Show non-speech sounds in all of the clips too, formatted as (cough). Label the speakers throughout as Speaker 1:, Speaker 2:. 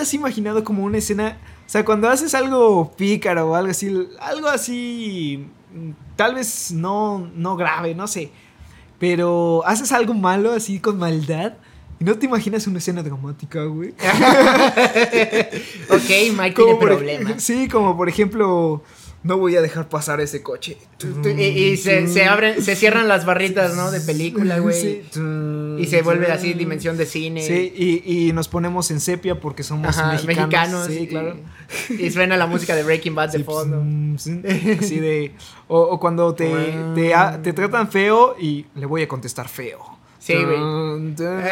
Speaker 1: has imaginado como una escena? O sea, cuando haces algo pícaro o algo así, algo así, mm, tal vez no, no grave, no sé, pero haces algo malo así con maldad. Y no te imaginas una escena dramática,
Speaker 2: (laughs)
Speaker 1: güey. (laughs)
Speaker 2: ok, Mike tiene
Speaker 1: por ej-
Speaker 2: problemas.
Speaker 1: (laughs) Sí, como por ejemplo, no voy a dejar pasar ese coche.
Speaker 2: Y, y se, se abren, se cierran las barritas, ¿no? De película, güey.
Speaker 1: Mm, Sí.
Speaker 2: Y se vuelve así dimensión de cine.
Speaker 1: Sí, y, y nos ponemos en sepia porque somos
Speaker 2: Ajá,
Speaker 1: mexicanos.
Speaker 2: mexicanos.
Speaker 1: sí,
Speaker 2: y-
Speaker 1: claro.
Speaker 2: Y suena la música de Breaking Bad de
Speaker 1: Sí, pues, (laughs)
Speaker 2: fondo.
Speaker 1: mm,
Speaker 2: (laughs)
Speaker 1: sí, así de. O, o cuando te,
Speaker 2: Wow.
Speaker 1: te, a- te tratan feo y le voy a contestar feo.
Speaker 2: Sí, güey.
Speaker 1: Tun, tun,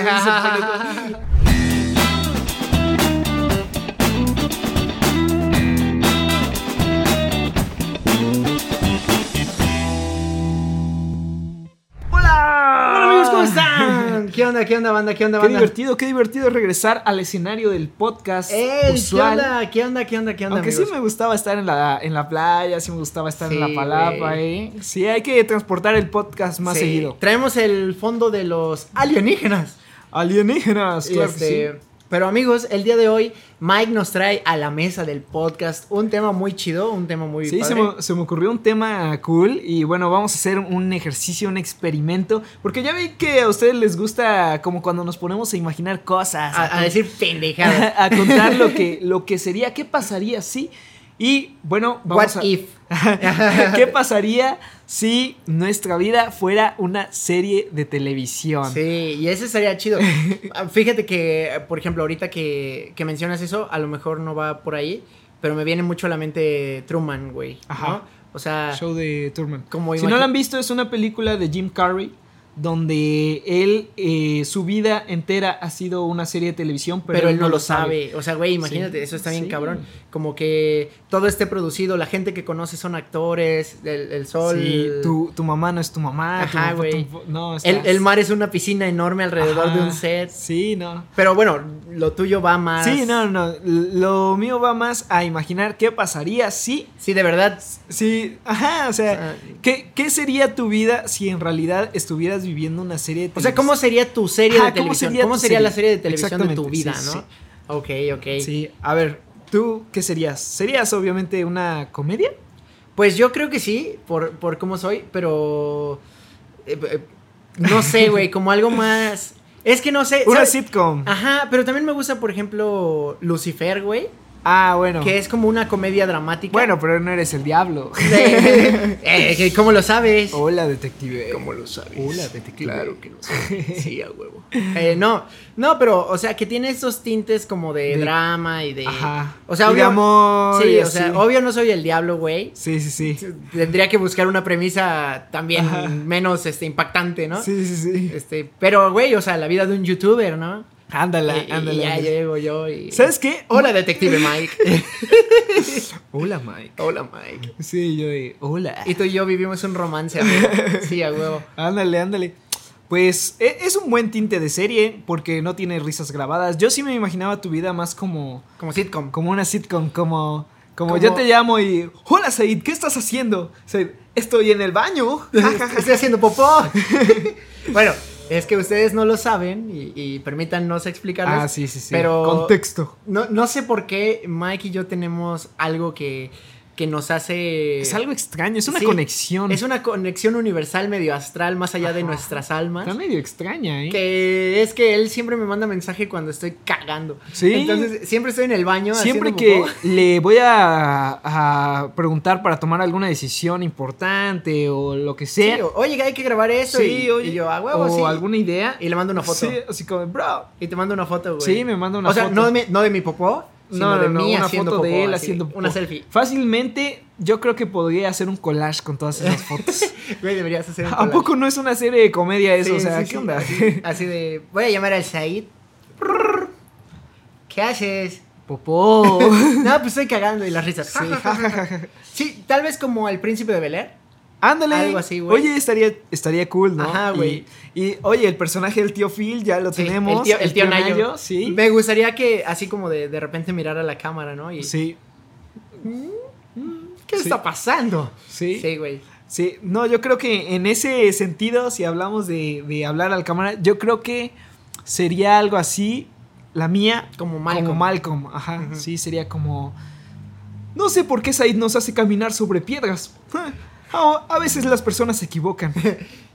Speaker 2: Hola amigos, ¿cómo están? ¿Qué onda, qué onda, banda? ¿Qué onda,
Speaker 1: Qué
Speaker 2: banda?
Speaker 1: divertido, qué divertido regresar al escenario del podcast
Speaker 2: ¡Ey! ¿Qué
Speaker 1: usual.
Speaker 2: onda? ¿Qué onda? ¿Qué onda? ¿Qué onda?
Speaker 1: Aunque
Speaker 2: amigos?
Speaker 1: sí me gustaba estar en la, en la playa, sí me gustaba estar en
Speaker 2: Sí,
Speaker 1: la palapa, ¿eh? Sí, hay que transportar el podcast más
Speaker 2: Sí.
Speaker 1: seguido.
Speaker 2: Traemos el fondo de los alienígenas.
Speaker 1: Alienígenas, claro
Speaker 2: Este,
Speaker 1: que sí.
Speaker 2: Pero amigos, el día de hoy Mike nos trae a la mesa del podcast un tema muy chido, un tema muy
Speaker 1: Sí,
Speaker 2: padre.
Speaker 1: se me, se me ocurrió un tema cool y bueno, vamos a hacer un ejercicio, un experimento, porque ya vi que a ustedes les gusta como cuando nos ponemos a imaginar cosas,
Speaker 2: a, a
Speaker 1: con-
Speaker 2: decir pendejadas.
Speaker 1: (laughs) a contar lo
Speaker 2: (laughs)
Speaker 1: que, lo que sería, qué pasaría si, y bueno, vamos
Speaker 2: What
Speaker 1: a-
Speaker 2: if?
Speaker 1: (laughs) ¿Qué pasaría si nuestra vida fuera una serie de televisión?
Speaker 2: Sí, y ese
Speaker 1: (laughs)
Speaker 2: sería chido. Ah, Fíjate que, por ejemplo, ahorita que, que mencionas eso, a lo mejor no va por ahí, pero me viene mucho a la mente Truman, güey. ¿no?
Speaker 1: Ajá.
Speaker 2: O sea,
Speaker 1: Show de Truman.
Speaker 2: Como
Speaker 1: si
Speaker 2: imagi-
Speaker 1: no la han visto, es una película de Jim Carrey donde él, eh, su vida entera ha sido una serie de televisión, pero,
Speaker 2: pero, él no lo sabe. O sea, güey, imagínate,
Speaker 1: Sí,
Speaker 2: eso está bien
Speaker 1: sí.
Speaker 2: cabrón. Como que todo esté producido, la gente que conoce son actores, el, el sol.
Speaker 1: Sí, tu, tu mamá no es tu mamá. tu
Speaker 2: Ajá,
Speaker 1: papá
Speaker 2: güey.
Speaker 1: tampoco- No, está-
Speaker 2: el, el mar es una piscina enorme alrededor de un
Speaker 1: Ajá,
Speaker 2: set.
Speaker 1: Sí, no.
Speaker 2: Pero bueno, lo tuyo va más.
Speaker 1: Sí, no, no. Lo mío va más a imaginar qué pasaría si
Speaker 2: Sí, de verdad. Ah,
Speaker 1: Sí, ajá, o sea,
Speaker 2: O sea,
Speaker 1: ¿qué, qué sería tu vida si en realidad estuvieras viviendo una serie de
Speaker 2: O sea, ¿cómo sería tu serie
Speaker 1: Ajá,
Speaker 2: de
Speaker 1: ¿cómo
Speaker 2: televisión?
Speaker 1: sería
Speaker 2: ¿Cómo
Speaker 1: tu
Speaker 2: sería la
Speaker 1: serie?
Speaker 2: serie de televisión de tu vida,
Speaker 1: Exactamente, sí,
Speaker 2: no? Ok, ok.
Speaker 1: Sí, a ver, ¿tú qué serías? ¿Serías obviamente una comedia?
Speaker 2: Pues yo creo que sí, por, por cómo soy, pero. eh, eh, no sé, güey, como algo más. Es que no sé.
Speaker 1: Una
Speaker 2: Eh, ¿sabes?
Speaker 1: sitcom.
Speaker 2: Ajá, pero también me gusta, por ejemplo, Lucifer, güey,
Speaker 1: Ah, bueno.
Speaker 2: que es como una comedia dramática.
Speaker 1: Bueno, pero no eres el diablo. (laughs)
Speaker 2: Eh, (laughs) eh, eh, ¿Cómo lo sabes?
Speaker 1: Hola, detective.
Speaker 2: lo sabes?
Speaker 1: Hola, detective.
Speaker 2: que lo sabes. Sí, a huevo. Eh, no, no, pero, o sea, que tiene estos tintes como de,
Speaker 1: De-
Speaker 2: drama y de.
Speaker 1: Ajá.
Speaker 2: O sea,
Speaker 1: Y de
Speaker 2: obvio.
Speaker 1: amor y
Speaker 2: sí, o
Speaker 1: así.
Speaker 2: sea, obvio no soy el diablo, güey.
Speaker 1: Sí, sí, sí.
Speaker 2: Tendría que buscar una premisa también
Speaker 1: Ajá.
Speaker 2: menos este, impactante, ¿no?
Speaker 1: Sí, sí, sí.
Speaker 2: Este, pero, güey, o sea, la vida de un youtuber, ¿no?
Speaker 1: Ándala,
Speaker 2: Y- y
Speaker 1: ándala.
Speaker 2: ya
Speaker 1: ándala.
Speaker 2: llego yo y.
Speaker 1: ¿Sabes qué?
Speaker 2: Hola, detective Mike. (laughs)
Speaker 1: Hola, Mike.
Speaker 2: Hola, Mike.
Speaker 1: Sí, yo de hola.
Speaker 2: Y tú y yo vivimos un romance, amigo. Sí, a huevo.
Speaker 1: Ándale, ándale. Pues e- es un buen tinte de serie porque no tiene risas grabadas. Yo sí me imaginaba tu vida más como
Speaker 2: Como
Speaker 1: (laughs)
Speaker 2: sitcom.
Speaker 1: como una sitcom, como como
Speaker 2: Como-
Speaker 1: yo te llamo y hola Said, ¿qué estás haciendo? Said, estoy en el baño. Ja, ja, ja.
Speaker 2: Ah, Estoy haciendo popó. (laughs) bueno, es que ustedes no lo saben y, y permítannos explicarles.
Speaker 1: ah, sí, sí, sí.
Speaker 2: Pero
Speaker 1: contexto.
Speaker 2: No, no sé por qué Mike y yo tenemos algo que, que nos hace.
Speaker 1: Es algo extraño, es una
Speaker 2: eh, sí,
Speaker 1: conexión.
Speaker 2: Es una conexión universal medio astral más allá de
Speaker 1: Ajá.
Speaker 2: nuestras almas.
Speaker 1: Está medio extraña, ¿eh?
Speaker 2: Que es que él siempre me manda mensaje cuando estoy cagando.
Speaker 1: Sí.
Speaker 2: Entonces siempre estoy en el baño.
Speaker 1: Siempre
Speaker 2: haciendo
Speaker 1: que
Speaker 2: popó.
Speaker 1: le voy a, a preguntar para tomar alguna decisión importante o lo que sea,
Speaker 2: Sí, o- oye, hay que grabar eso.
Speaker 1: Sí,
Speaker 2: y,
Speaker 1: oye.
Speaker 2: y yo, a huevo,
Speaker 1: o
Speaker 2: sí.
Speaker 1: alguna idea.
Speaker 2: Y le mando una foto.
Speaker 1: Sí, así como, bro.
Speaker 2: Y te mando una foto, güey.
Speaker 1: Sí, me manda una
Speaker 2: o sea,
Speaker 1: foto.
Speaker 2: No, de mi, no de mi popó, sino
Speaker 1: No, no,
Speaker 2: de
Speaker 1: no,
Speaker 2: mí
Speaker 1: una
Speaker 2: haciendo
Speaker 1: foto
Speaker 2: popó,
Speaker 1: de él
Speaker 2: así,
Speaker 1: haciendo popó.
Speaker 2: Una selfie. (laughs)
Speaker 1: Fácilmente, yo creo que podría hacer un collage con todas
Speaker 2: (laughs)
Speaker 1: esas fotos.
Speaker 2: Güey, deberías hacer un
Speaker 1: ¿A
Speaker 2: collage.
Speaker 1: poco no es una serie de comedia eso?
Speaker 2: Sí,
Speaker 1: o sea,
Speaker 2: sí,
Speaker 1: ¿qué
Speaker 2: sí,
Speaker 1: onda?
Speaker 2: Así, así de, voy a llamar al Said. ¿Qué haces?
Speaker 1: (laughs) Popó.
Speaker 2: (laughs) No, pues estoy cagando y las risas. Sí, ja, ja, ja, ja. (laughs) Sí, tal vez como al príncipe de Bel Air.
Speaker 1: Ándale.
Speaker 2: Algo así, güey.
Speaker 1: Oye, estaría, estaría cool, ¿no?
Speaker 2: Ajá,
Speaker 1: Y-
Speaker 2: güey.
Speaker 1: Y, oye, el personaje del tío Phil ya lo
Speaker 2: Sí,
Speaker 1: tenemos.
Speaker 2: El tío, el tío Nayo.
Speaker 1: Sí.
Speaker 2: Me gustaría que así como de, de repente mirar a la cámara, ¿no? Y,
Speaker 1: Sí.
Speaker 2: ¿Qué
Speaker 1: sí.
Speaker 2: está pasando?
Speaker 1: Sí.
Speaker 2: Sí, güey.
Speaker 1: Sí, no, yo creo que en ese sentido, si hablamos de, de hablar al cámara, yo creo que sería algo así La mía.
Speaker 2: Como Malcolm.
Speaker 1: Como Malcolm, ajá.
Speaker 2: Ujú.
Speaker 1: Sí, sería como. No sé por qué Said nos hace caminar sobre piedras. (laughs) Ah, A veces las personas se
Speaker 2: (laughs)
Speaker 1: equivocan.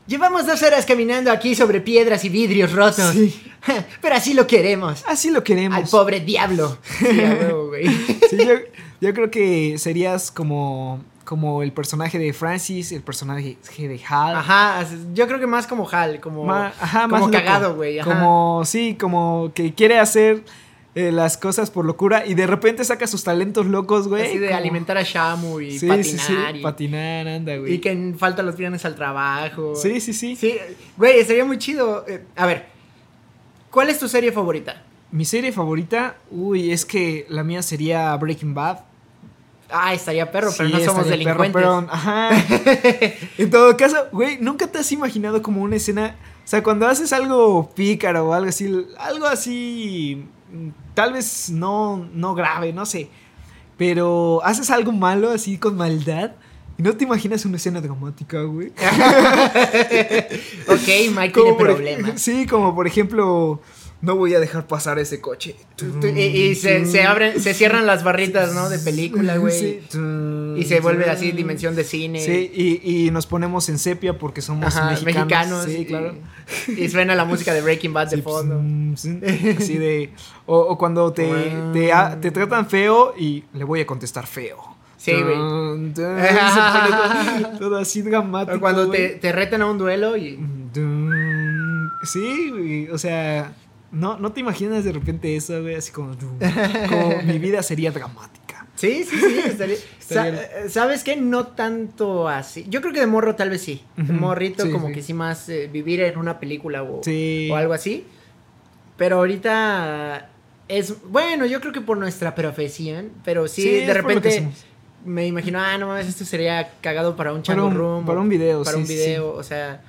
Speaker 2: Llevamos dos horas caminando aquí sobre piedras y vidrios rotos.
Speaker 1: Sí.
Speaker 2: (laughs) Pero así lo queremos.
Speaker 1: Así lo
Speaker 2: Al
Speaker 1: queremos.
Speaker 2: pobre diablo. Sí, a huevo, güey.
Speaker 1: Sí, yo, yo creo que serías como, como el personaje de Francis, el personaje de Hal.
Speaker 2: (laughs) Ajá, as- yo creo que más como Hal, como,
Speaker 1: Ma- ajá,
Speaker 2: como
Speaker 1: más loco.
Speaker 2: cagado, güey. ajá.
Speaker 1: Como, sí, como que quiere hacer eh, las cosas por locura y de repente saca sus talentos locos, güey.
Speaker 2: Así de
Speaker 1: como-
Speaker 2: alimentar a Shamu y
Speaker 1: Sí,
Speaker 2: patinar.
Speaker 1: sí, sí,
Speaker 2: y,
Speaker 1: patinar, anda, güey.
Speaker 2: y que en falta los viernes al trabajo.
Speaker 1: Sí, sí, sí,
Speaker 2: Sí, güey, estaría muy chido. Eh, a ver, ¿cuál es tu serie favorita?
Speaker 1: Mi serie favorita, uy, es que la mía sería Breaking Bad.
Speaker 2: Ah, estaría perro, pero
Speaker 1: Sí,
Speaker 2: no somos
Speaker 1: estaría perro, pero-
Speaker 2: delincuentes. (laughs)
Speaker 1: ajá. en todo caso, güey, nunca te has imaginado como una escena. O sea, cuando haces algo pícaro o algo así, algo así. mm, Tal vez no, no grave, no sé. Pero haces algo malo así con maldad. Y no te imaginas una escena dramática, güey.
Speaker 2: Ok, Mike tiene
Speaker 1: Como por ej-
Speaker 2: problemas.
Speaker 1: Sí, como por ejemplo, no voy a dejar pasar ese coche.
Speaker 2: Tú- tú- Y, y se, se abren, se cierran las barritas, ¿no? De película, güey.
Speaker 1: Sí.
Speaker 2: Y se vuelve así dimensión de cine.
Speaker 1: Sí, y, y nos ponemos en sepia porque somos
Speaker 2: Eh, Ajá,
Speaker 1: mexicanos.
Speaker 2: mexicanos.
Speaker 1: Sí,
Speaker 2: y-
Speaker 1: claro.
Speaker 2: Y suena la música de Breaking Bad de
Speaker 1: Sí, pues,
Speaker 2: fondo.
Speaker 1: mm, sí,
Speaker 2: (laughs)
Speaker 1: Así de. O, o cuando te,
Speaker 2: Wow.
Speaker 1: te, ha- te tratan feo y le voy a contestar feo.
Speaker 2: Sí, güey.
Speaker 1: Tun, tun, se
Speaker 2: (laughs)
Speaker 1: pone todo, todo así dramático.
Speaker 2: O cuando te,
Speaker 1: güey.
Speaker 2: te retan a un duelo y.
Speaker 1: Tun. Sí, güey. O sea, no, no te imaginas de repente eso, güey. Así como. tun,
Speaker 2: (laughs)
Speaker 1: como mi vida sería dramática.
Speaker 2: Sí, sí,
Speaker 1: (laughs)
Speaker 2: sí. estaría-
Speaker 1: Estaría-
Speaker 2: Sa- eh, ¿Sabes qué? No tanto así. Yo creo que de morro tal vez sí. De
Speaker 1: Ujú.
Speaker 2: morrito,
Speaker 1: Sí,
Speaker 2: como
Speaker 1: sí.
Speaker 2: que sí más eh, vivir en una película o,
Speaker 1: Sí.
Speaker 2: o algo así. Pero ahorita es. Bueno, yo creo que por nuestra profesión. Pero sí,
Speaker 1: es
Speaker 2: de
Speaker 1: por lo que
Speaker 2: repente
Speaker 1: hacemos.
Speaker 2: me imagino, ah, no, esto sería cagado para un
Speaker 1: Para
Speaker 2: chango
Speaker 1: un,
Speaker 2: room.
Speaker 1: para un video,
Speaker 2: Para
Speaker 1: sí,
Speaker 2: un
Speaker 1: sí, sí.
Speaker 2: video, o sea.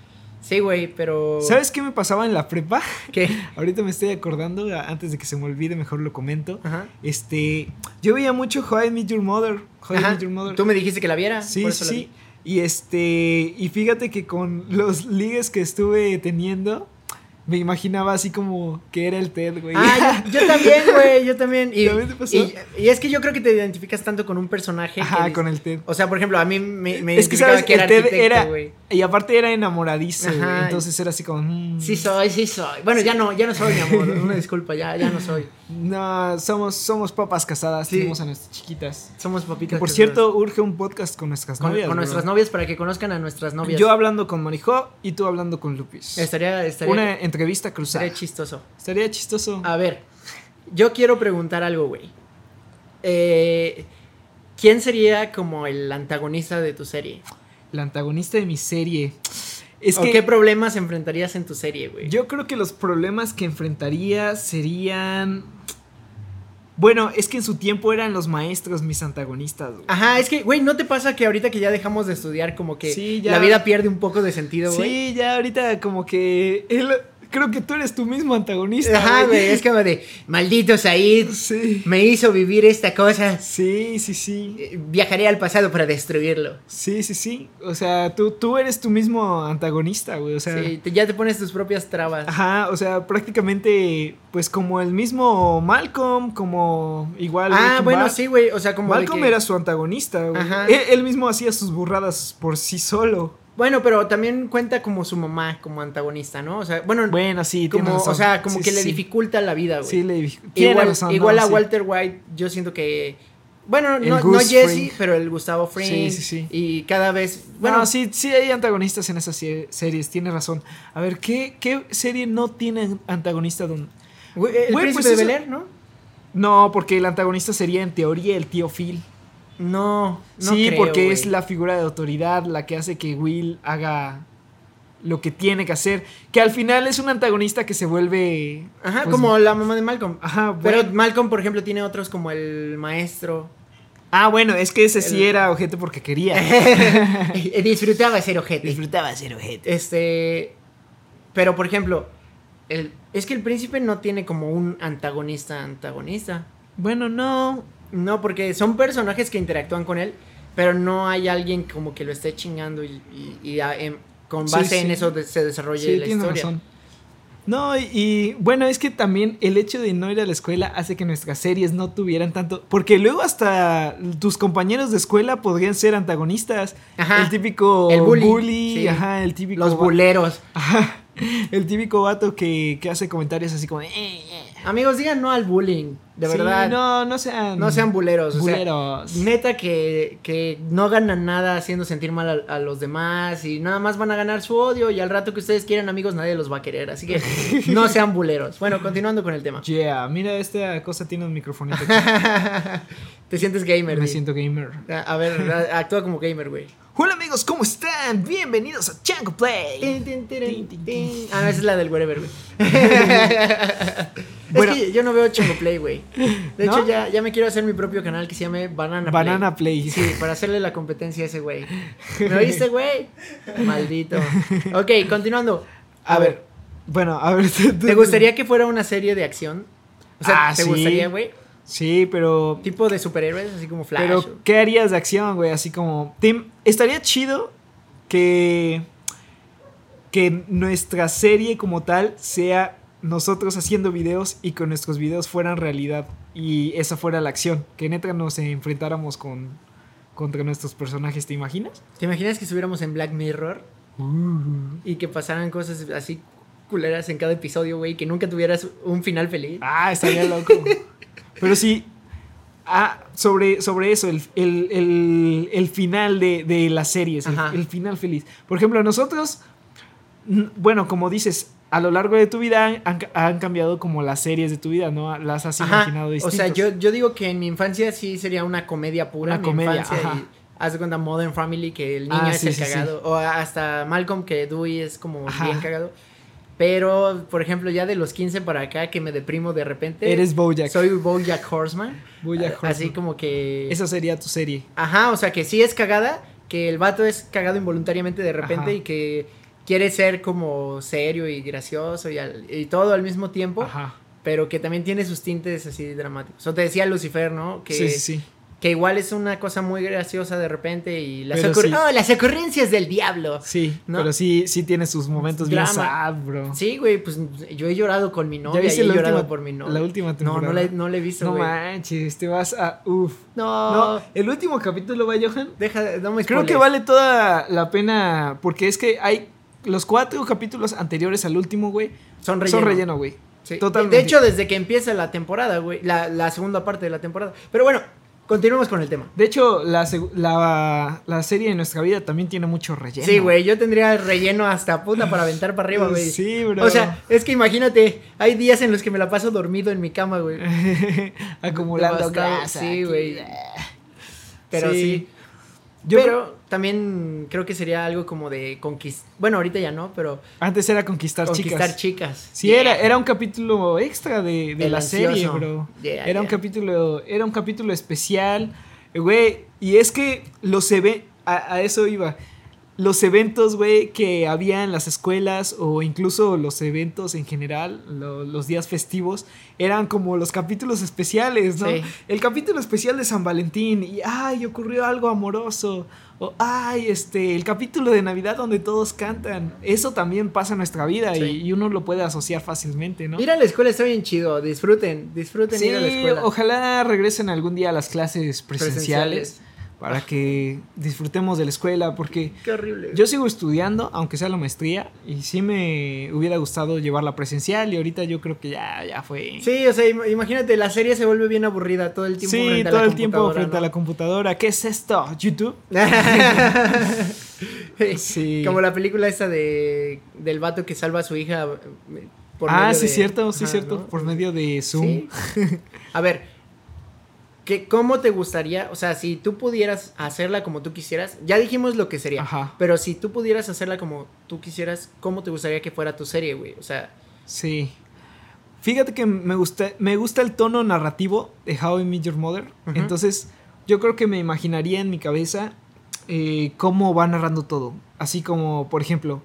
Speaker 2: Sí, güey, pero.
Speaker 1: ¿Sabes qué me pasaba en la prepa?
Speaker 2: ¿Qué?
Speaker 1: Ahorita me estoy acordando, a- antes de que se me olvide, mejor lo comento.
Speaker 2: Ajá.
Speaker 1: Este, yo veía mucho How I Met Your Mother. How I
Speaker 2: Ajá.
Speaker 1: Met Your Mother.
Speaker 2: Tú me dijiste que la viera.
Speaker 1: sí,
Speaker 2: por
Speaker 1: sí,
Speaker 2: eso la vi.
Speaker 1: sí. Y este, y fíjate que con los ligues que estuve teniendo, me imaginaba así como que era el Ted, güey. (laughs)
Speaker 2: Ah, yo, yo también, güey, yo también. Y,
Speaker 1: ¿También te pasó?
Speaker 2: y- y es que yo creo que te identificas tanto con un personaje. que
Speaker 1: Ajá,
Speaker 2: dices-
Speaker 1: con el Ted.
Speaker 2: O sea, por ejemplo, a mí me, me
Speaker 1: Es que,
Speaker 2: identificaba
Speaker 1: ¿sabes?
Speaker 2: que era
Speaker 1: El Ted
Speaker 2: arquitecto,
Speaker 1: era-
Speaker 2: güey.
Speaker 1: Y aparte era enamoradizo, güey,
Speaker 2: Ajá.
Speaker 1: entonces era así como. mm,
Speaker 2: Sí soy, sí soy. Bueno, ya no, ya no soy, mi amor. Una disculpa, ya, ya no soy.
Speaker 1: No, somos, somos papas casadas,
Speaker 2: Sí.
Speaker 1: tenemos a nuestras chiquitas.
Speaker 2: Somos papitas.
Speaker 1: Que por
Speaker 2: que
Speaker 1: cierto, urge un podcast con nuestras
Speaker 2: son- con,
Speaker 1: novias.
Speaker 2: con
Speaker 1: bro.
Speaker 2: nuestras novias para que conozcan a nuestras novias.
Speaker 1: Yo hablando con Marijó y tú hablando con Lupis.
Speaker 2: estaría, estaría,
Speaker 1: Una entrevista cruzada.
Speaker 2: estaría chistoso.
Speaker 1: Estaría chistoso.
Speaker 2: A ver, yo quiero preguntar algo, güey. Eh, ¿Quién sería como el antagonista de tu serie?
Speaker 1: La antagonista de mi serie. Es
Speaker 2: ¿O
Speaker 1: que
Speaker 2: qué problemas enfrentarías en tu serie, güey?
Speaker 1: yo creo que los problemas que enfrentaría serían. Bueno, es que en su tiempo eran los maestros mis antagonistas. güey.
Speaker 2: Ajá, es que, güey, ¿no te pasa que ahorita que ya dejamos de estudiar, como que
Speaker 1: Sí, ya.
Speaker 2: la vida pierde un poco de sentido, güey?
Speaker 1: sí, ya ahorita como que. él- creo que tú eres tu mismo antagonista.
Speaker 2: Ajá, güey, es como de, maldito Said,
Speaker 1: (laughs) Sí.
Speaker 2: me hizo vivir esta cosa,
Speaker 1: Sí, sí, sí.
Speaker 2: eh, viajaré al pasado para destruirlo.
Speaker 1: Sí, sí, sí. O sea, tú, tú eres tu mismo antagonista, güey. O sea.
Speaker 2: sí, te- ya te pones tus propias trabas.
Speaker 1: Ajá, o sea, prácticamente, pues como el mismo Malcolm, como igual.
Speaker 2: ah,
Speaker 1: Breaking
Speaker 2: bueno,
Speaker 1: Bad.
Speaker 2: sí, güey, o sea, como de
Speaker 1: Malcolm
Speaker 2: que-
Speaker 1: era su antagonista, güey.
Speaker 2: Ajá.
Speaker 1: Él, él mismo hacía sus burradas por sí solo.
Speaker 2: Bueno, pero también cuenta como su mamá como antagonista, ¿no? O sea, bueno,
Speaker 1: Bueno, sí, tienes
Speaker 2: como,
Speaker 1: razón.
Speaker 2: o sea, como
Speaker 1: Sí,
Speaker 2: que
Speaker 1: sí,
Speaker 2: le
Speaker 1: sí.
Speaker 2: dificulta la vida, güey.
Speaker 1: Sí, le dific- tiene
Speaker 2: Igual,
Speaker 1: razón,
Speaker 2: igual
Speaker 1: no,
Speaker 2: a
Speaker 1: sí.
Speaker 2: Walter White, yo siento que. Bueno,
Speaker 1: El
Speaker 2: no, no
Speaker 1: Goose
Speaker 2: Jesse,
Speaker 1: Fring.
Speaker 2: pero el Gustavo Fring.
Speaker 1: Sí, sí, sí.
Speaker 2: Y cada vez. Bueno,
Speaker 1: Bueno, sí, sí hay antagonistas en esas se- series, tiene razón. A ver, ¿qué, qué serie no tiene antagonista? Don?
Speaker 2: güey, el
Speaker 1: güey,
Speaker 2: príncipe
Speaker 1: pues
Speaker 2: de
Speaker 1: eso-
Speaker 2: Bel Air, ¿no?
Speaker 1: No, porque el antagonista sería en teoría el tío Phil.
Speaker 2: No, no.
Speaker 1: sí,
Speaker 2: creo,
Speaker 1: porque
Speaker 2: güey.
Speaker 1: es la figura de autoridad la que hace que Will haga lo que tiene que hacer. Que al final es un antagonista que se vuelve.
Speaker 2: Ajá,
Speaker 1: pues,
Speaker 2: como la mamá de Malcolm.
Speaker 1: Ajá,
Speaker 2: Pero
Speaker 1: bueno.
Speaker 2: Malcolm, por ejemplo, tiene otros como el maestro. (laughs)
Speaker 1: Ah, bueno, es que ese sí
Speaker 2: El-
Speaker 1: era ojete porque quería. (laughs)
Speaker 2: Eh, (laughs) Disfrutaba ser ojete.
Speaker 1: Disfrutaba ser ojete.
Speaker 2: Este. Pero, por ejemplo, el, es que el príncipe no tiene como un antagonista antagonista.
Speaker 1: Bueno, no.
Speaker 2: No, porque son personajes que interactúan con él, pero no hay alguien como que lo esté chingando y, y- y a- em- con
Speaker 1: Sí,
Speaker 2: base en
Speaker 1: sí.
Speaker 2: eso de- se desarrolla
Speaker 1: Sí,
Speaker 2: la
Speaker 1: tiene
Speaker 2: historia.
Speaker 1: razón. No, y, y, bueno, es que también el hecho de no ir a la escuela hace que nuestras series no tuvieran tanto. Porque luego hasta tus compañeros de escuela podrían ser antagonistas. Ajá, el típico
Speaker 2: el bully.
Speaker 1: bully,
Speaker 2: sí.
Speaker 1: ajá, el típico.
Speaker 2: Los
Speaker 1: vato-
Speaker 2: buleros.
Speaker 1: Ajá, el típico vato que, que hace comentarios así como. de, "Eh, eh".
Speaker 2: Amigos, digan no al bullying. De
Speaker 1: Sí,
Speaker 2: verdad. No,
Speaker 1: No, no sean.
Speaker 2: sean buleros. o sea,
Speaker 1: buleros.
Speaker 2: neta que, que no ganan nada haciendo sentir mal a, a los demás y nada más van a ganar su odio y al rato que ustedes quieran amigos nadie los va a querer.
Speaker 1: (laughs)
Speaker 2: Así que no sean buleros. Bueno, continuando con el tema.
Speaker 1: Yeah, mira, esta cosa tiene un microfonito.
Speaker 2: (laughs) Te sientes gamer.
Speaker 1: Me
Speaker 2: Di?
Speaker 1: siento gamer.
Speaker 2: A, a ver, a- actúa como gamer, güey.
Speaker 1: Hola amigos, ¿cómo están? Bienvenidos a Chango Play.
Speaker 2: Tin,
Speaker 1: (laughs)
Speaker 2: tin,
Speaker 1: Tin,
Speaker 2: tirin,
Speaker 1: tin,
Speaker 2: tin. Ah, no, esa es la del
Speaker 1: (laughs)
Speaker 2: wherever, güey.
Speaker 1: Bueno.
Speaker 2: Es que yo no veo Chingo Play, güey. De
Speaker 1: ¿No?
Speaker 2: hecho, ya, ya me quiero hacer mi propio canal que se llame Banana Play.
Speaker 1: Banana Play.
Speaker 2: Sí, para hacerle la competencia a ese güey. ¿Me oíste, güey? Maldito. Ok, continuando.
Speaker 1: A, ver, bueno, a ver. (laughs) tú- tú-
Speaker 2: ¿Te gustaría que fuera una serie de acción? O sea,
Speaker 1: Ah,
Speaker 2: ¿te
Speaker 1: sí.
Speaker 2: gustaría, güey?
Speaker 1: Sí, pero.
Speaker 2: Tipo de superhéroes, así como Flash.
Speaker 1: Pero,
Speaker 2: o-
Speaker 1: ¿qué harías de acción, güey? Así como. Tim, estaría chido que. Que nuestra serie como tal sea nosotros haciendo videos y que nuestros videos fueran realidad. Y esa fuera la acción. Que neta nos enfrentáramos con. Contra nuestros personajes, ¿te imaginas?
Speaker 2: ¿Te imaginas que estuviéramos en Black Mirror y que pasaran cosas así culeras en cada episodio, güey? Que nunca tuvieras un final feliz.
Speaker 1: Ah, estaría loco. Pero sí. Ah, sobre, sobre eso, el, el- el- el final de, de las series, el,
Speaker 2: Ajá.
Speaker 1: el final feliz. Por ejemplo, nosotros, mm, bueno, como dices, a lo largo de tu vida han, han ca- han cambiado como las series de tu vida, ¿no? Las has
Speaker 2: Ajá.
Speaker 1: imaginado
Speaker 2: O
Speaker 1: distintas.
Speaker 2: sea, yo, yo digo que en mi infancia sí sería una comedia pura.
Speaker 1: Una
Speaker 2: mi
Speaker 1: comedia,
Speaker 2: infancia
Speaker 1: ajá.
Speaker 2: y- haz de cuenta Modern Family, que el niño
Speaker 1: Ah,
Speaker 2: es
Speaker 1: sí,
Speaker 2: el
Speaker 1: sí, sí.
Speaker 2: cagado. O a- hasta Malcolm, que Dewey es como
Speaker 1: Ajá.
Speaker 2: bien cagado. Pero, por ejemplo, ya de los 15 para acá que me deprimo de repente.
Speaker 1: Eres Bojack.
Speaker 2: Soy Bojack Horseman.
Speaker 1: Bojack
Speaker 2: A- Así
Speaker 1: Horseman.
Speaker 2: como que.
Speaker 1: Esa sería tu serie.
Speaker 2: Ajá, o sea que sí es cagada, que el vato es cagado involuntariamente de repente
Speaker 1: Ajá.
Speaker 2: y que quiere ser como serio y gracioso y, al- y todo al mismo tiempo,
Speaker 1: Ajá.
Speaker 2: pero que también tiene sus tintes así dramáticos. O sea, te decía Lucifer, ¿no? Que,
Speaker 1: Sí, sí, sí.
Speaker 2: que igual es una cosa muy graciosa de repente y las,
Speaker 1: Pero
Speaker 2: ocurre-
Speaker 1: sí.
Speaker 2: ¡Oh, las ocurrencias del diablo.
Speaker 1: Sí,
Speaker 2: No.
Speaker 1: pero sí, sí tiene sus momentos bien
Speaker 2: Drama.
Speaker 1: sad, bro.
Speaker 2: Sí, güey, pues yo he llorado con mi novia y
Speaker 1: viste
Speaker 2: he
Speaker 1: la
Speaker 2: llorado
Speaker 1: última-
Speaker 2: por mi novia.
Speaker 1: la última
Speaker 2: No, no
Speaker 1: temporada?
Speaker 2: le, no le he visto,
Speaker 1: no
Speaker 2: güey. Oh.
Speaker 1: manches, te vas a... Uf.
Speaker 2: No,
Speaker 1: no, el último capítulo va, Johan.
Speaker 2: deja, no me
Speaker 1: Creo que
Speaker 2: spoilees.
Speaker 1: vale toda la pena porque es que hay los cuatro capítulos anteriores al último, güey,
Speaker 2: Son
Speaker 1: son relleno, güey.
Speaker 2: Sí.
Speaker 1: Totalmente.
Speaker 2: De hecho, desde que empieza la temporada, güey. La, la segunda parte de la temporada. Pero bueno, continuemos con el tema.
Speaker 1: De hecho, la, seg- la, la serie de nuestra vida también tiene mucho relleno.
Speaker 2: Sí, güey, yo tendría relleno hasta puta para aventar para arriba, güey.
Speaker 1: Sí, bro.
Speaker 2: O sea, es que imagínate, hay días en los que me la paso dormido en mi cama, güey.
Speaker 1: (laughs) acumulando
Speaker 2: Devastado,
Speaker 1: grasa.
Speaker 2: sí,
Speaker 1: aquí.
Speaker 2: güey. Pero
Speaker 1: Sí.
Speaker 2: sí.
Speaker 1: Yo
Speaker 2: pero
Speaker 1: creo-
Speaker 2: también creo que sería algo como de conquistar. Bueno, ahorita ya no, pero
Speaker 1: antes era conquistar, chicas.
Speaker 2: conquistar chicas.
Speaker 1: Sí, era, era un capítulo extra de, de
Speaker 2: El
Speaker 1: la serie,
Speaker 2: ansioso.
Speaker 1: bro.
Speaker 2: Yeah,
Speaker 1: era un
Speaker 2: yeah.
Speaker 1: capítulo, era un capítulo especial, eh, güey. Y es que los eventos, a, a eso iba, los eventos, güey, que había en las escuelas o incluso los eventos en general, lo- los días festivos, eran como los capítulos especiales, ¿no?
Speaker 2: Sí.
Speaker 1: El capítulo especial de San Valentín y, ay, ocurrió algo amoroso. O, ay, este, el capítulo de Navidad donde todos cantan. Eso también pasa en nuestra vida
Speaker 2: Sí.
Speaker 1: y, y uno lo puede asociar fácilmente, ¿no?
Speaker 2: Ir a la escuela está bien chido. Disfruten, disfruten
Speaker 1: Sí,
Speaker 2: ir a la escuela.
Speaker 1: ojalá regresen algún día a las clases presenciales,
Speaker 2: Presenciales.
Speaker 1: para que disfrutemos de la escuela, porque
Speaker 2: Qué horrible.
Speaker 1: yo sigo estudiando, aunque sea la maestría, y sí me hubiera gustado llevarla presencial, y ahorita yo creo que ya, ya fue.
Speaker 2: Sí, o sea, im- imagínate, la serie se vuelve bien aburrida todo el tiempo
Speaker 1: Sí,
Speaker 2: frente a la
Speaker 1: todo el tiempo frente a la
Speaker 2: computadora,
Speaker 1: computadora. ¿Qué es esto? ¿YouTube? (laughs)
Speaker 2: ¿no?
Speaker 1: Sí.
Speaker 2: Como la película esta de del vato que salva a su hija eh, por
Speaker 1: ah,
Speaker 2: medio
Speaker 1: sí,
Speaker 2: de-
Speaker 1: cierto, sí,
Speaker 2: Ajá,
Speaker 1: cierto.
Speaker 2: ¿no?
Speaker 1: Por medio de Zoom.
Speaker 2: Sí. A ver, ¿qué, ¿cómo te gustaría? O sea, si tú pudieras hacerla como tú quisieras, ya dijimos lo que sería,
Speaker 1: Ajá.
Speaker 2: pero si tú pudieras hacerla como tú quisieras, ¿cómo te gustaría que fuera tu serie, güey? O sea,
Speaker 1: Sí. Fíjate que me gusta, me gusta el tono narrativo de How I Met Your Mother.
Speaker 2: Ujú.
Speaker 1: Entonces, yo creo que me imaginaría en mi cabeza eh, cómo va narrando todo. Así como, por ejemplo.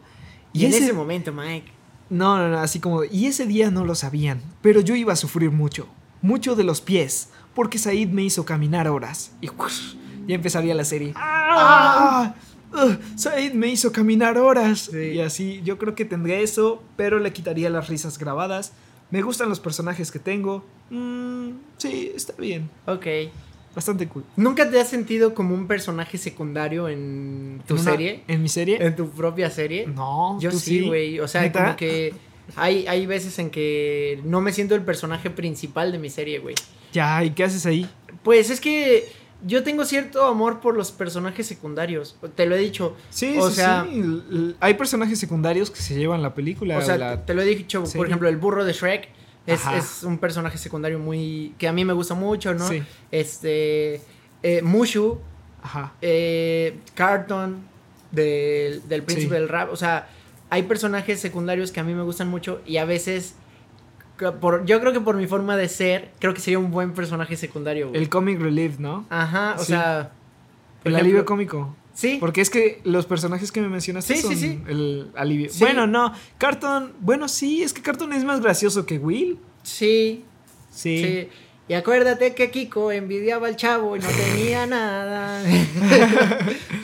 Speaker 2: y en ese momento, Mike.
Speaker 1: No, no, no, así como, y ese día no lo sabían, pero yo iba a sufrir mucho, mucho de los pies, porque Said me hizo caminar horas. Y ya empezaría la serie. ¡Ah! "Ugh, Said me hizo caminar horas.
Speaker 2: Sí.
Speaker 1: Y así, yo creo que tendría eso, pero le quitaría las risas grabadas. Me gustan los personajes que tengo. Mm, sí, está bien.
Speaker 2: Ok.
Speaker 1: Bastante cool.
Speaker 2: ¿Nunca te has sentido como un personaje secundario en tu
Speaker 1: ¿En una-
Speaker 2: serie?
Speaker 1: ¿En mi serie?
Speaker 2: ¿En tu propia serie?
Speaker 1: no,
Speaker 2: Yo
Speaker 1: tú
Speaker 2: sí, güey. O sea,
Speaker 1: ¿Neta?
Speaker 2: como que hay, hay veces en que no me siento el personaje principal de mi serie, güey.
Speaker 1: Ya, ¿y qué haces ahí?
Speaker 2: Pues es que yo tengo cierto amor por los personajes secundarios. Te lo he dicho.
Speaker 1: Sí,
Speaker 2: O
Speaker 1: sí,
Speaker 2: sea-
Speaker 1: sí. L- l- Hay personajes secundarios que se llevan la película.
Speaker 2: o sea,
Speaker 1: la-
Speaker 2: te, te lo he dicho.
Speaker 1: serie.
Speaker 2: Por ejemplo, el burro de Shrek es,
Speaker 1: Ajá.
Speaker 2: es un personaje secundario muy. que a mí me gusta mucho, ¿no?
Speaker 1: Sí.
Speaker 2: Este. eh, Mushu.
Speaker 1: Ajá.
Speaker 2: eh, Carton del, del príncipe
Speaker 1: Sí.
Speaker 2: del rap. O sea, hay personajes secundarios que a mí me gustan mucho y a veces, que por, yo creo que por mi forma de ser, creo que sería un buen personaje secundario. güey.
Speaker 1: El comic relief, ¿no?
Speaker 2: Ajá, o
Speaker 1: Sí.
Speaker 2: sea... por
Speaker 1: el
Speaker 2: ejemplo-
Speaker 1: alivio cómico.
Speaker 2: Sí,
Speaker 1: Porque es que los personajes que me mencionaste
Speaker 2: Sí,
Speaker 1: son
Speaker 2: sí, sí.
Speaker 1: el alivio.
Speaker 2: Sí.
Speaker 1: Bueno, no. Carton. Bueno, sí, es que Carton es más gracioso que Will.
Speaker 2: sí,
Speaker 1: Sí.
Speaker 2: sí, Y acuérdate que Kiko envidiaba al chavo
Speaker 1: (laughs)
Speaker 2: y no tenía nada.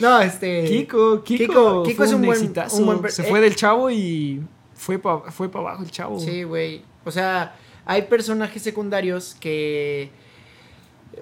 Speaker 2: no, este...
Speaker 1: Kiko, Kiko,
Speaker 2: Kiko-
Speaker 1: fue
Speaker 2: Kiko es un buen-
Speaker 1: exitazo.
Speaker 2: un buen per-
Speaker 1: Se
Speaker 2: eh.
Speaker 1: fue del chavo y fue para fue pa abajo el chavo.
Speaker 2: Sí, güey. O sea, hay personajes secundarios que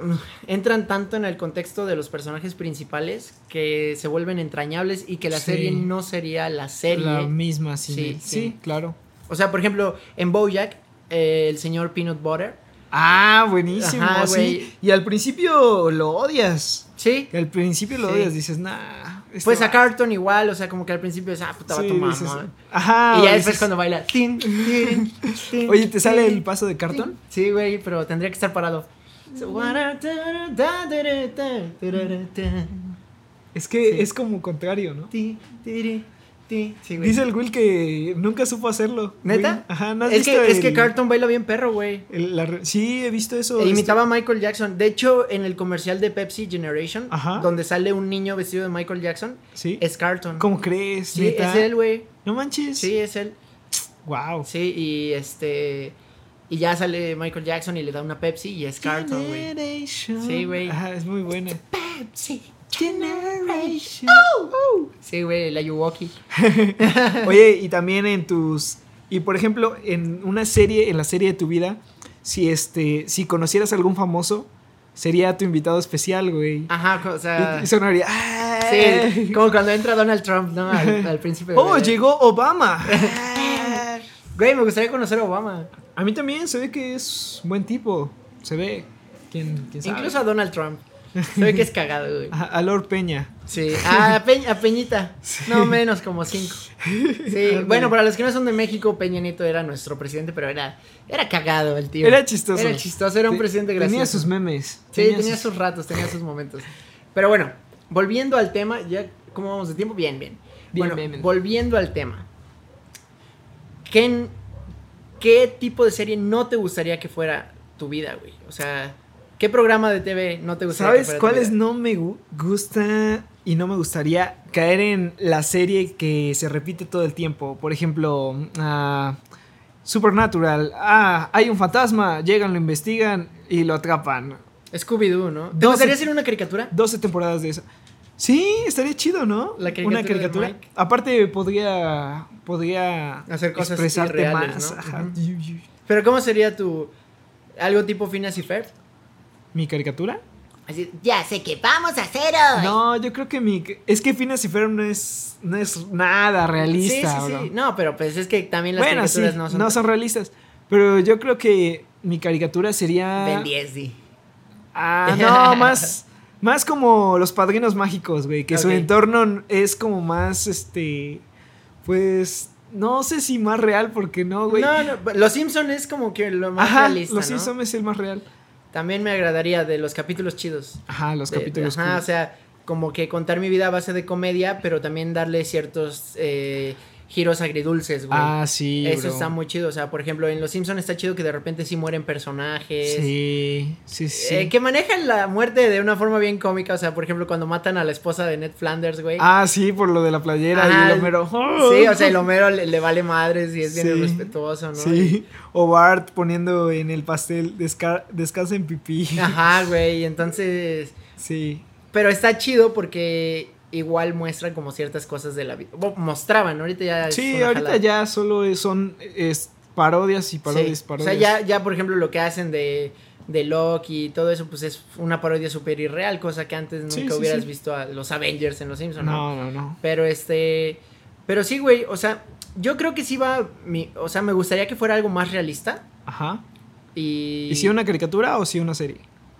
Speaker 2: mm, entran tanto en el contexto de los personajes principales que se vuelven entrañables y que la
Speaker 1: Sí.
Speaker 2: serie no sería la serie.
Speaker 1: La misma sin
Speaker 2: Sí,
Speaker 1: él.
Speaker 2: sí.
Speaker 1: sí, claro.
Speaker 2: O sea, por ejemplo, en Bojack, eh, el señor Peanut Butter.
Speaker 1: Ah, buenísimo,
Speaker 2: Ajá,
Speaker 1: sí.
Speaker 2: güey.
Speaker 1: Y al principio lo odias.
Speaker 2: Sí.
Speaker 1: Al principio lo
Speaker 2: Sí.
Speaker 1: odias, dices, nah. este
Speaker 2: Pues a
Speaker 1: va-
Speaker 2: Carlton igual, o sea, como que al principio es, ah, puta, va
Speaker 1: Sí,
Speaker 2: tu mamá.
Speaker 1: dices, Ajá.
Speaker 2: y ya
Speaker 1: dices,
Speaker 2: después cuando baila, tin, tin, tin,
Speaker 1: Oye, ¿te sale
Speaker 2: tin,
Speaker 1: el Mm. paso de Carton?
Speaker 2: Sí, güey, pero tendría que estar parado. So, guara, tarara, ta, tarara, ta, tarara, ta,
Speaker 1: Es que
Speaker 2: Sí.
Speaker 1: es como contrario, ¿no?
Speaker 2: ti, tiri, ti. Sí, güey.
Speaker 1: Dice el Will que nunca supo hacerlo.
Speaker 2: ¿Neta?
Speaker 1: Will, Ajá, ¿no has
Speaker 2: es,
Speaker 1: visto
Speaker 2: que, es que
Speaker 1: el-
Speaker 2: Carlton baila bien perro, güey.
Speaker 1: el- la re- sí, he visto eso.
Speaker 2: E
Speaker 1: este-
Speaker 2: imitaba a Michael Jackson. De hecho, en el comercial de Pepsi Generation,
Speaker 1: Ajá.
Speaker 2: donde sale un niño vestido de Michael Jackson,
Speaker 1: Sí.
Speaker 2: es Carlton.
Speaker 1: ¿Cómo crees?
Speaker 2: Sí,
Speaker 1: neta?
Speaker 2: es él, güey.
Speaker 1: No manches.
Speaker 2: Sí, es él.
Speaker 1: Wow.
Speaker 2: Sí, y este. Y ya sale Michael Jackson y le da una Pepsi y es Carlton, güey.
Speaker 1: Generation.
Speaker 2: Sí, güey.
Speaker 1: Ajá, es muy buena.
Speaker 2: Sí.
Speaker 1: Generation.
Speaker 2: Sí, güey, la Yuwoki.
Speaker 1: Oye, y también en tus. Y por ejemplo, en una serie, en la serie de tu vida, si este. Si conocieras a algún famoso, sería tu invitado especial, güey.
Speaker 2: Ajá, o sea.
Speaker 1: Y- y sonaría.
Speaker 2: Sí,
Speaker 1: "Ay".
Speaker 2: como cuando entra Donald Trump, ¿no?
Speaker 1: (laughs)
Speaker 2: Al, al príncipe. de-
Speaker 1: Oh, llegó Obama.
Speaker 2: Güey, me gustaría conocer a Obama.
Speaker 1: (laughs) a mí también se ve que es buen tipo. Se ve. ¿Quién, quién sabe?
Speaker 2: Incluso a Donald
Speaker 1: (laughs)
Speaker 2: Trump. Se ve que es cagado, güey.
Speaker 1: a, a Lord Peña.
Speaker 2: Sí, Ah, a, Pe- a Peñita. No menos como
Speaker 1: (laughs)
Speaker 2: cinco. Sí, bueno, para los que no son de México, Peña Nieto era nuestro presidente, pero era, era cagado el tío.
Speaker 1: Era chistoso.
Speaker 2: Era chistoso, era un
Speaker 1: Te-
Speaker 2: presidente gracioso.
Speaker 1: Tenía sus memes.
Speaker 2: Sí, tenía, sus ratos, tenía sus momentos. Pero bueno, volviendo al tema, ya ¿cómo vamos de tiempo? Bien, bien.
Speaker 1: Bien,
Speaker 2: bueno,
Speaker 1: bien, bien.
Speaker 2: volviendo al tema. ¿Qué, n- ¿Qué tipo de serie no te gustaría que fuera tu vida, güey? O sea, ¿qué programa de TV no te gustaría
Speaker 1: ¿Sabes
Speaker 2: que fuera tu
Speaker 1: cuáles
Speaker 2: vida?
Speaker 1: no me gu- gusta y no me gustaría caer en la serie que se repite todo el tiempo? Por ejemplo, ah, Supernatural. Ah, hay un fantasma, llegan, lo investigan y lo atrapan.
Speaker 2: Scooby-Doo, ¿no? ¿Te
Speaker 1: Doce-
Speaker 2: gustaría hacer una caricatura?
Speaker 1: 12 temporadas de eso. Sí, estaría chido, ¿no?
Speaker 2: La caricatura
Speaker 1: Una
Speaker 2: de
Speaker 1: caricatura.
Speaker 2: Mike.
Speaker 1: Aparte podría podría
Speaker 2: Hacer cosas
Speaker 1: expresarte
Speaker 2: irreales,
Speaker 1: más.
Speaker 2: ¿no?
Speaker 1: Ajá.
Speaker 2: Ujú. ¿Pero cómo sería tu... algo tipo Phineas y Ferb?
Speaker 1: ¿Mi caricatura?
Speaker 2: Así,
Speaker 3: Ya sé qué vamos a hacer hoy.
Speaker 1: No, yo creo que mi es que Phineas y Ferb no es no es nada realista,
Speaker 2: sí, sí,
Speaker 1: bro.
Speaker 2: sí. No, pero pues es que también las
Speaker 1: bueno, sí,
Speaker 2: caricaturas no son...
Speaker 1: realistas. Pero yo creo que mi caricatura sería.
Speaker 2: Ben 10, di.
Speaker 1: Ah, (laughs) no, más. Más como los padrinos mágicos, güey. Que su
Speaker 2: Ok.
Speaker 1: entorno es como más este. Pues. No sé si más real, porque no, güey.
Speaker 2: No, no, Los Simpson es como que lo más
Speaker 1: Ajá,
Speaker 2: realista,
Speaker 1: los
Speaker 2: ¿no?
Speaker 1: Simpson es el más real. Ajá,
Speaker 2: También me agradaría de los capítulos chidos.
Speaker 1: los
Speaker 2: De-
Speaker 1: capítulos.
Speaker 2: Ajá,
Speaker 1: cool.
Speaker 2: o sea, como que contar mi vida a base de comedia, pero también darle ciertos eh, giros agridulces, güey.
Speaker 1: ah, sí.
Speaker 2: Eso
Speaker 1: bro.
Speaker 2: está muy chido. O sea, por ejemplo, en Los Simpson está chido que de repente sí mueren personajes.
Speaker 1: Sí, sí, sí.
Speaker 2: Eh, que manejan la muerte de una forma bien cómica. O sea, por ejemplo, cuando matan a la esposa de Ned Flanders, güey.
Speaker 1: Ah, sí, por lo de la playera y
Speaker 2: Ajá,
Speaker 1: el Homero.
Speaker 2: Sí, o sea, el Homero le, le vale madres y es bien
Speaker 1: Sí.
Speaker 2: irrespetuoso, ¿no?
Speaker 1: Sí, o Bart poniendo en el pastel desca- descansa en pipí.
Speaker 2: Ajá, güey. Entonces,
Speaker 1: (laughs) Sí.
Speaker 2: Pero está chido porque igual muestran como ciertas cosas de la vida. Bueno, mostraban, ahorita ya. es
Speaker 1: Sí,
Speaker 2: una
Speaker 1: ahorita
Speaker 2: jalada.
Speaker 1: ya solo es- son es, parodias y parodias,
Speaker 2: Sí.
Speaker 1: parodias.
Speaker 2: O sea, ya, ya por ejemplo lo que hacen de, de Loki y todo eso, pues es una parodia súper irreal, cosa que antes nunca
Speaker 1: Sí, sí,
Speaker 2: hubieras
Speaker 1: sí.
Speaker 2: visto a los Avengers en los Simpsons. ¿no?
Speaker 1: No, no, no.
Speaker 2: Pero este. Pero sí, güey. O sea, yo creo que sí va. Mi, o sea, me gustaría que fuera algo más realista.
Speaker 1: Ajá.
Speaker 2: Y.
Speaker 1: ¿Y si una caricatura o si una serie?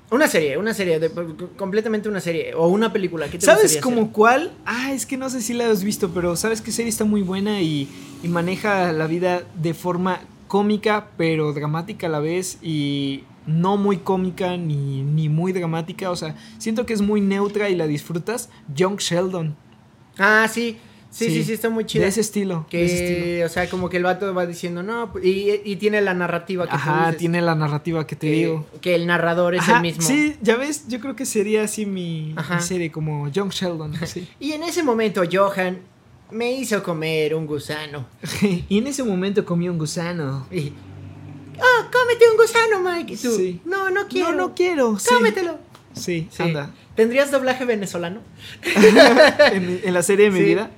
Speaker 2: Una serie, una serie. de- completamente una serie. O una película. ¿Qué te
Speaker 1: ¿Sabes
Speaker 2: gustaría
Speaker 1: como
Speaker 2: hacer?
Speaker 1: cuál? Ah, es que no sé si la has visto, pero ¿sabes qué serie está muy buena y, y maneja la vida de forma cómica, pero dramática a la vez y no muy cómica ni, ni muy dramática? O sea, siento que es muy neutra y la disfrutas. Young Sheldon.
Speaker 2: Ah, sí. Sí, sí, sí,
Speaker 1: Sí.
Speaker 2: está muy chido.
Speaker 1: De ese estilo. de ese estilo.
Speaker 2: que, o sea, como que el vato va diciendo, no, pues, y, y tiene la narrativa que tú
Speaker 1: Ajá,
Speaker 2: dices,
Speaker 1: tiene la narrativa que te
Speaker 2: que,
Speaker 1: digo.
Speaker 2: que el narrador es
Speaker 1: Ajá,
Speaker 2: el mismo.
Speaker 1: Sí, ya ves, yo creo que sería así mi, mi
Speaker 2: Ajá.
Speaker 1: serie, como Young
Speaker 2: (laughs)
Speaker 1: Sheldon. sí. (laughs)
Speaker 2: Y en ese momento, Johan me hizo comer un gusano.
Speaker 1: y en ese momento comí un gusano.
Speaker 2: Y, oh, cómete un gusano, Mike. Y tú,
Speaker 1: Sí.
Speaker 2: no, no quiero.
Speaker 1: No, no quiero. sí.
Speaker 2: Cómetelo.
Speaker 1: Sí,
Speaker 2: Sí. (laughs)
Speaker 1: anda.
Speaker 2: ¿Tendrías doblaje venezolano?
Speaker 1: ¿En, en la serie de mi
Speaker 2: Sí.
Speaker 1: vida?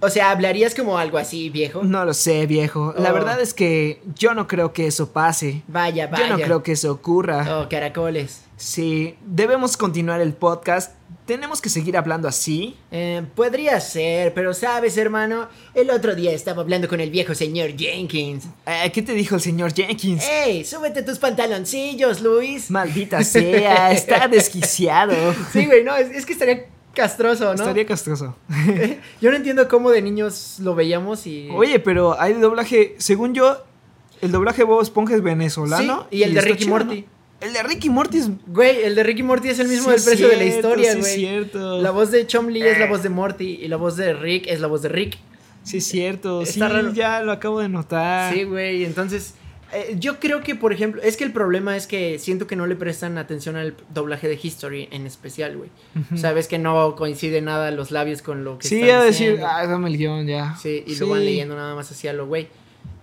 Speaker 2: O sea, ¿hablarías como algo así, viejo?
Speaker 1: No lo sé, viejo. La
Speaker 2: Oh.
Speaker 1: verdad es que yo no creo que eso pase.
Speaker 2: Vaya, vaya.
Speaker 1: Yo no creo que eso ocurra.
Speaker 2: Oh, caracoles.
Speaker 1: Sí, debemos continuar el podcast. Tenemos que seguir hablando así.
Speaker 2: Eh, podría ser, pero sabes, hermano, el otro día estaba hablando con el viejo señor Jenkins.
Speaker 1: Eh, ¿Qué te dijo el señor Jenkins?
Speaker 2: ¡Ey! ¡Súbete tus pantaloncillos, Luis!
Speaker 1: Maldita sea,
Speaker 2: (laughs)
Speaker 1: está desquiciado.
Speaker 2: Sí, güey, no, es, es que estaría castroso, ¿no? (laughs)
Speaker 1: Estaría castroso.
Speaker 2: Yo no entiendo cómo de niños lo veíamos y.
Speaker 1: Oye, pero hay doblaje, según yo, el doblaje de Bob Esponja es venezolano.
Speaker 2: Sí, y el de
Speaker 1: está
Speaker 2: Ricky
Speaker 1: chido,
Speaker 2: Morty.
Speaker 1: ¿no? El de Ricky Morty es
Speaker 2: Güey, el de Ricky Morty es el mismo
Speaker 1: Sí,
Speaker 2: del precio de la
Speaker 1: cierto,
Speaker 2: historia,
Speaker 1: sí,
Speaker 2: güey.
Speaker 1: cierto. Eh.
Speaker 2: La voz de Chom Lee es la voz de Morty y la voz de Rick es la voz de Rick.
Speaker 1: Sí, es cierto.
Speaker 2: Está
Speaker 1: sí,
Speaker 2: raro.
Speaker 1: ya lo acabo de notar.
Speaker 2: Sí, güey, entonces eh, yo creo que, por ejemplo, es que el problema es que siento que no le prestan atención al doblaje de History en especial, güey.
Speaker 1: Ujú.
Speaker 2: O sea, ves que no coincide nada los labios con lo que
Speaker 1: Sí,
Speaker 2: están
Speaker 1: a decir,
Speaker 2: diciendo.
Speaker 1: ah, dame el guión ya.
Speaker 2: Sí, y lo van leyendo nada más así a lo güey.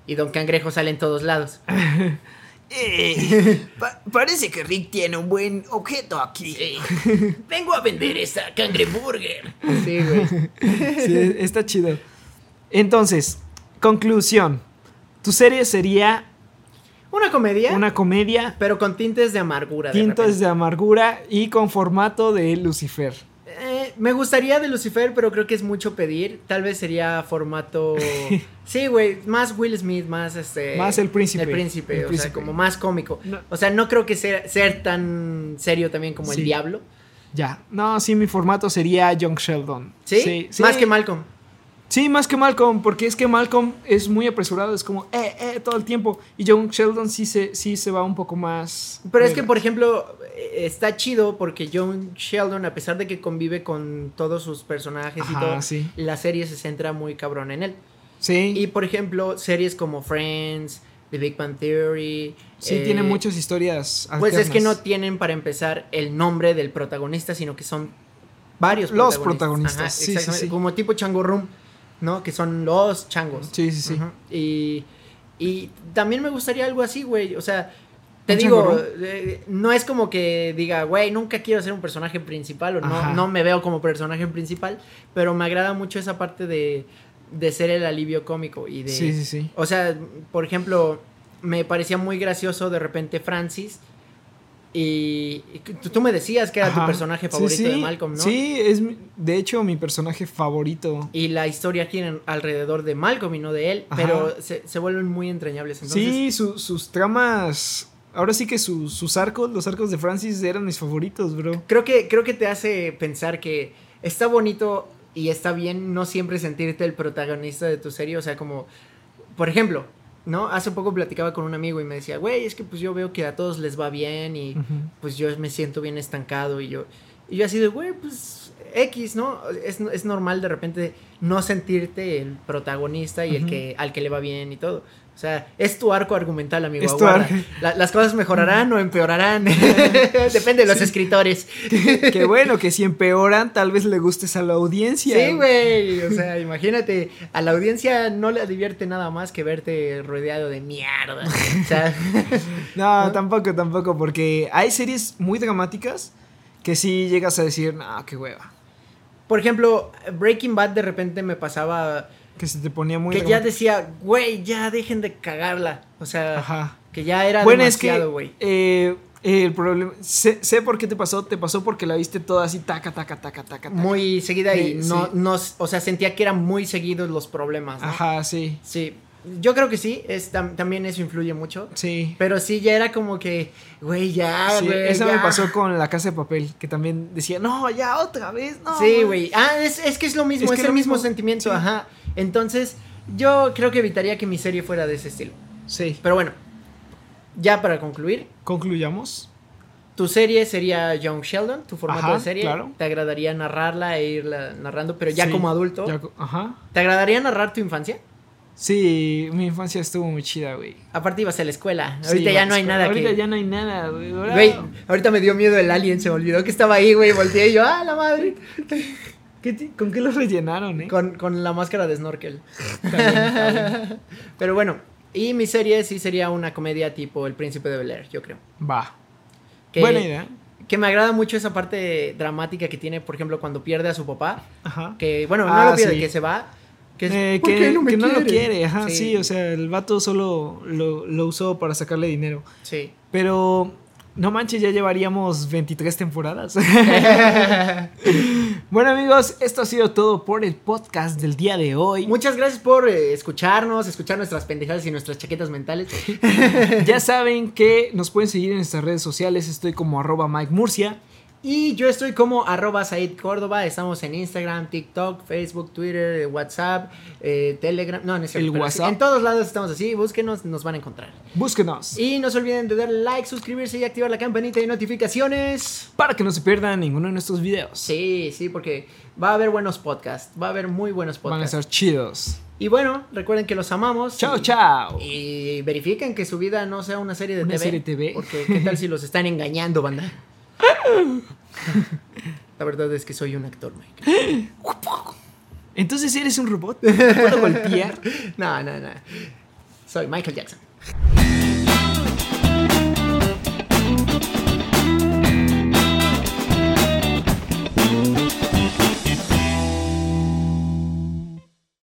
Speaker 2: Y Don Cangrejo sale en todos lados.
Speaker 1: Ah,
Speaker 3: Eh,
Speaker 2: (laughs)
Speaker 3: pa- parece que Rick tiene un buen objeto aquí. Vengo a vender esta cangreburger.
Speaker 1: (laughs)
Speaker 2: Sí, güey.
Speaker 1: (laughs) Sí, está chido. Entonces, conclusión. Tu serie sería
Speaker 2: Una comedia,
Speaker 1: una comedia,
Speaker 2: pero con tintes de amargura. de
Speaker 1: tintos
Speaker 2: repente.
Speaker 1: de amargura y con formato de Lucifer.
Speaker 2: Eh, me gustaría de Lucifer, pero creo que es mucho pedir. Tal vez sería
Speaker 1: (laughs)
Speaker 2: formato. Sí, güey. Más Will Smith, más este.
Speaker 1: Más El Príncipe.
Speaker 2: El príncipe,
Speaker 1: El
Speaker 2: o sea,
Speaker 1: Príncipe.
Speaker 2: como más cómico.
Speaker 1: No.
Speaker 2: O sea, no creo que sea ser tan serio también como
Speaker 1: Sí.
Speaker 2: el diablo.
Speaker 1: Ya. No, sí, mi formato sería Young Sheldon.
Speaker 2: ¿Sí? Más que Malcolm.
Speaker 1: Sí, más que Malcolm, porque es que Malcolm es muy apresurado, es como, eh, eh, todo el tiempo. Y Young Sheldon sí se, sí se va un poco más.
Speaker 2: Pero es que,
Speaker 1: relax.
Speaker 2: por ejemplo, eh, está chido porque John Sheldon, a pesar de que convive con todos sus personajes y
Speaker 1: Ajá,
Speaker 2: todo,
Speaker 1: sí.
Speaker 2: la serie se centra muy cabrón en él.
Speaker 1: Sí.
Speaker 2: Y, por ejemplo, series como Friends, The Big Bang Theory.
Speaker 1: Sí,
Speaker 2: eh,
Speaker 1: tiene muchas historias.
Speaker 2: Pues es que no
Speaker 1: alternas.
Speaker 2: tienen, para empezar, el nombre del protagonista, sino que son varios
Speaker 1: Los protagonistas,
Speaker 2: Ajá,
Speaker 1: sí, sí,
Speaker 2: exactamente,
Speaker 1: sí.
Speaker 2: Como tipo Chango Room, ¿no? Que son los changos.
Speaker 1: Sí, sí, sí.
Speaker 2: Ujú. y, y también me gustaría algo así, güey. O sea, te
Speaker 1: ¿Un
Speaker 2: digo,
Speaker 1: chango
Speaker 2: eh, no es como que diga, güey, nunca quiero ser un personaje principal o no,
Speaker 1: Ajá.
Speaker 2: no me veo como personaje principal, pero me agrada mucho esa parte de, de ser el alivio cómico y de...
Speaker 1: Sí, sí, sí.
Speaker 2: O sea, por ejemplo, me parecía muy gracioso de repente Francis. Y, y que tú, tú me decías que era tu
Speaker 1: Ajá.
Speaker 2: personaje
Speaker 1: Sí,
Speaker 2: favorito de
Speaker 1: sí.
Speaker 2: Malcolm, ¿no?
Speaker 1: Sí, es mi- de hecho mi personaje favorito.
Speaker 2: Y la historia gira en- alrededor de Malcolm y no de él,
Speaker 1: Ajá.
Speaker 2: pero se, se vuelven muy entrañables. Entonces,
Speaker 1: sí, su- sus tramas. Ahora sí que su- sus arcos, los arcos de Francis eran mis favoritos, bro.
Speaker 2: creo que, creo que te hace pensar que está bonito y está bien no siempre sentirte el protagonista de tu serie. O sea, como, por ejemplo, ¿no? Hace poco platicaba con un amigo y me decía, güey, es que pues yo veo que a todos les va bien y
Speaker 1: Ujú.
Speaker 2: pues yo me siento bien estancado y yo, y yo así de, güey, pues X, ¿no? Es, es normal de repente no sentirte el protagonista y el
Speaker 1: Ujú.
Speaker 2: que, al que le va bien y todo. O sea, es tu arco argumental, amigo.
Speaker 1: Es tu
Speaker 2: aguarda.
Speaker 1: arco.
Speaker 2: La- las cosas mejorarán
Speaker 1: (laughs)
Speaker 2: o empeorarán. (laughs) Depende de los escritores.
Speaker 1: Qué bueno que si empeoran, tal vez le gustes a la audiencia.
Speaker 2: Sí, güey. O sea, imagínate, a la audiencia no le divierte nada más que verte rodeado de mierda. O sea,
Speaker 1: No,
Speaker 2: ¿No?
Speaker 1: tampoco, tampoco, porque hay series muy dramáticas que sí llegas a decir, no, qué hueva.
Speaker 2: Por ejemplo, Breaking Bad de repente me pasaba
Speaker 1: Que se te ponía muy...
Speaker 2: que ya decía, güey, ya dejen de cagarla. O sea,
Speaker 1: Ajá.
Speaker 2: que ya era
Speaker 1: Bueno, es que...
Speaker 2: demasiado, güey.
Speaker 1: eh, el problema... Sé, sé por qué te pasó. Te pasó porque la viste toda así, taca, taca, taca, taca, taca.
Speaker 2: Muy seguida y
Speaker 1: Sí,
Speaker 2: no,
Speaker 1: sí.
Speaker 2: no, o sea, sentía que eran muy seguidos los problemas. ¿no?
Speaker 1: Ajá, sí.
Speaker 2: Sí, yo creo que sí, es, tam- también eso influye mucho.
Speaker 1: Sí.
Speaker 2: Pero sí, ya era como que, güey, ya,
Speaker 1: Sí,
Speaker 2: Ah, güey.
Speaker 1: esa me
Speaker 2: ya".
Speaker 1: pasó con La Casa de Papel, que también decía, no, ya otra vez, no.
Speaker 2: Sí, güey. Ah, es, es que es lo mismo,
Speaker 1: Oh, Es que
Speaker 2: es, el
Speaker 1: lo
Speaker 2: mismo,
Speaker 1: mismo, sí.
Speaker 2: sentimiento, ajá. Entonces, yo creo que evitaría que mi serie fuera de ese estilo.
Speaker 1: Sí.
Speaker 2: Pero bueno, ya para concluir,
Speaker 1: Concluyamos.
Speaker 2: tu serie sería Young Sheldon, tu formato
Speaker 1: Ajá,
Speaker 2: de serie.
Speaker 1: claro.
Speaker 2: Te agradaría narrarla e irla narrando, pero ya
Speaker 1: Sí,
Speaker 2: como adulto.
Speaker 1: ya co- ajá.
Speaker 2: ¿Te agradaría narrar tu infancia?
Speaker 1: Sí, mi infancia estuvo muy chida, güey.
Speaker 2: Aparte ibas a la escuela.
Speaker 1: Sí,
Speaker 2: Ahorita
Speaker 1: iba a la
Speaker 2: ya no hay
Speaker 1: escuela.
Speaker 2: nada
Speaker 1: Ahorita
Speaker 2: que...
Speaker 1: ya no hay nada, güey. ahora-
Speaker 2: Güey, ahorita me dio miedo el alien, se me olvidó que estaba ahí, güey. Volteé y yo, ¡ah, la madre!
Speaker 1: ¿Qué ti- ¿Con qué lo rellenaron, eh?
Speaker 2: Con, con la máscara de snorkel.
Speaker 1: También,
Speaker 2: (laughs)
Speaker 1: también.
Speaker 2: Pero bueno, y mi serie sí sería una comedia tipo El Príncipe de Bel Air, yo creo.
Speaker 1: Va.
Speaker 2: Que,
Speaker 1: Buena idea.
Speaker 2: Que me agrada mucho esa parte dramática que tiene, por ejemplo, cuando pierde a su papá.
Speaker 1: Ajá.
Speaker 2: Que, bueno, no
Speaker 1: Ah,
Speaker 2: lo pierde,
Speaker 1: sí.
Speaker 2: que se va. Que, es,
Speaker 1: Eh,
Speaker 2: "¿Por
Speaker 1: que
Speaker 2: qué no me
Speaker 1: que no lo
Speaker 2: quiere?".
Speaker 1: quiere, ajá, sí. o sea, el vato solo lo, lo usó para sacarle dinero.
Speaker 2: Sí.
Speaker 1: Pero, no manches, ya llevaríamos 23 temporadas. bueno, amigos, esto ha sido todo por el podcast del día de hoy.
Speaker 2: Muchas gracias por eh, escucharnos, escuchar nuestras pendejadas y nuestras chaquetas mentales.
Speaker 1: Ya saben que nos pueden seguir en nuestras redes sociales. Estoy como arroba Mike Murcia.
Speaker 2: Y yo estoy como arroba Said Córdoba. Estamos en Instagram, TikTok, Facebook, Twitter, eh, WhatsApp, eh, Telegram. No, no es cierto,
Speaker 1: El
Speaker 2: pero
Speaker 1: WhatsApp.
Speaker 2: sí, en todos lados estamos así. Búsquenos, nos van a encontrar.
Speaker 1: Búsquenos.
Speaker 2: Y no se olviden de darle like, suscribirse y activar la campanita de notificaciones.
Speaker 1: para que no se pierdan ninguno de nuestros videos.
Speaker 2: Sí, sí, porque va a haber buenos podcasts. Va a haber muy buenos
Speaker 1: Van a
Speaker 2: podcasts.
Speaker 1: estar chidos.
Speaker 2: Y bueno, recuerden que los amamos.
Speaker 1: Chao,
Speaker 2: Y-
Speaker 1: chao.
Speaker 2: Y verifiquen que su vida no sea una serie de
Speaker 1: Una
Speaker 2: TV.
Speaker 1: serie TV.
Speaker 2: Porque qué tal si los están
Speaker 1: (laughs)
Speaker 2: engañando, banda. La verdad es que soy un actor, Mike.
Speaker 1: Entonces eres un robot. ¿Te puedo golpear?
Speaker 2: No, no, no. Soy Michael Jackson.